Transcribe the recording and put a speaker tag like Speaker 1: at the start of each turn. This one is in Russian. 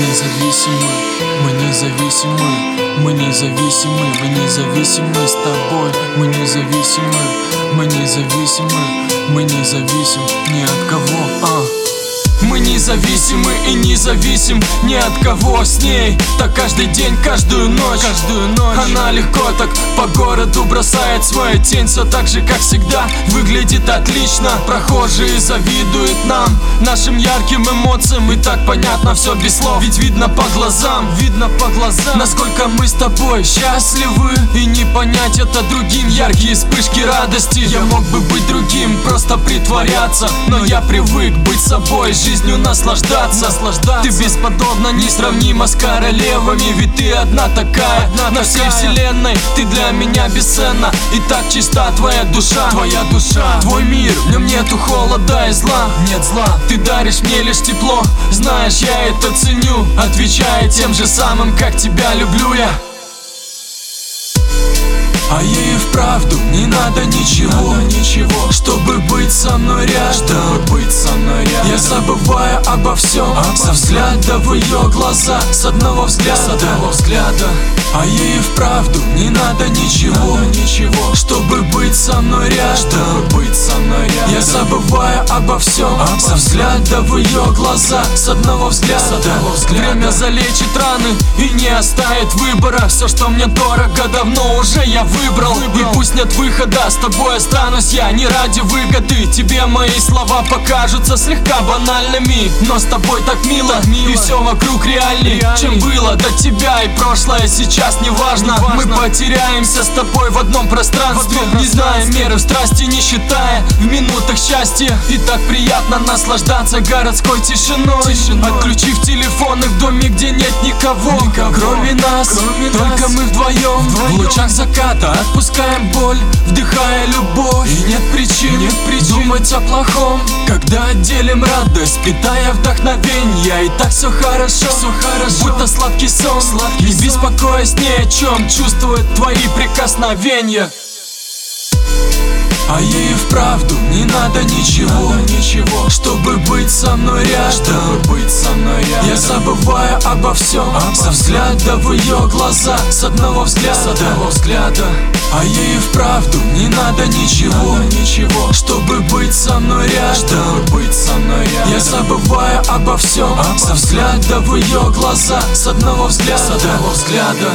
Speaker 1: независимы, мы независимы, мы независимы, мы независимы с тобой, мы независимы, мы независимы, мы не зависим ни от кого. А. Мы независимы и независим ни от кого с ней Так каждый день, каждую ночь, каждую ночь Она легко так по городу бросает свою тень Все так же, как всегда, выглядит отлично Прохожие завидуют нам, нашим ярким эмоциям И так понятно все без слов, ведь видно по глазам Видно по глазам, насколько мы с тобой счастливы И не понять это другим, яркие вспышки радости Я мог бы быть другим, просто притворяться Но я привык быть собой, жизнью наслаждаться, Ты бесподобна, несравнима с королевами Ведь ты одна такая, на всей вселенной Ты для меня бесценна И так чиста твоя душа, твоя душа Твой мир, в нем нету холода и зла Нет зла, ты даришь мне лишь тепло Знаешь, я это ценю Отвечая тем же самым, как тебя люблю я а ей вправду не надо ничего, ничего, чтобы быть со мной рядом, чтобы быть со мной рядом. Я забываю обо всем, со взгляда в ее глаза, с одного взгляда, с одного взгляда. А ей вправду не надо ничего, ничего, чтобы быть со мной рядом, чтобы быть со мной рядом. Я забываю обо всем, со взгляда в ее глаза, с одного взгляда, с одного взгляда. Время залечит раны и не оставит выбора. Все, что мне дорого, давно уже я выбрал, И пусть нет выхода, с тобой останусь я не ради выгоды Тебе мои слова покажутся слегка банальными Но с тобой так мило, и все вокруг реальней Чем было до тебя и прошлое сейчас не важно Мы потеряемся с тобой в одном пространстве Не зная меры в страсти, не считая в минутах счастья И так приятно наслаждаться городской тишиной, Отключив телефоны в доме, где нет никого, Кроме нас, только мы вдвоем, В лучах заката отпускаем боль, вдыхая любовь И нет причин, нет причин думать о плохом Когда делим радость, питая вдохновение И так все хорошо, все хорошо Будто сладкий сон, сладкий не беспокоясь ни о чем Чувствует твои прикосновения а ей вправду не надо ничего, ничего, чтобы быть со мной рядом, чтобы быть со мной рядом. Я забываю обо всем, со взгляда в ее глаза, с одного взгляда, с одного взгляда. А ей вправду не надо ничего, ничего, чтобы быть со мной рядом, чтобы быть со мной рядом. Я забываю обо всем, со взгляда в ее глаза, с одного взгляда, с одного взгляда.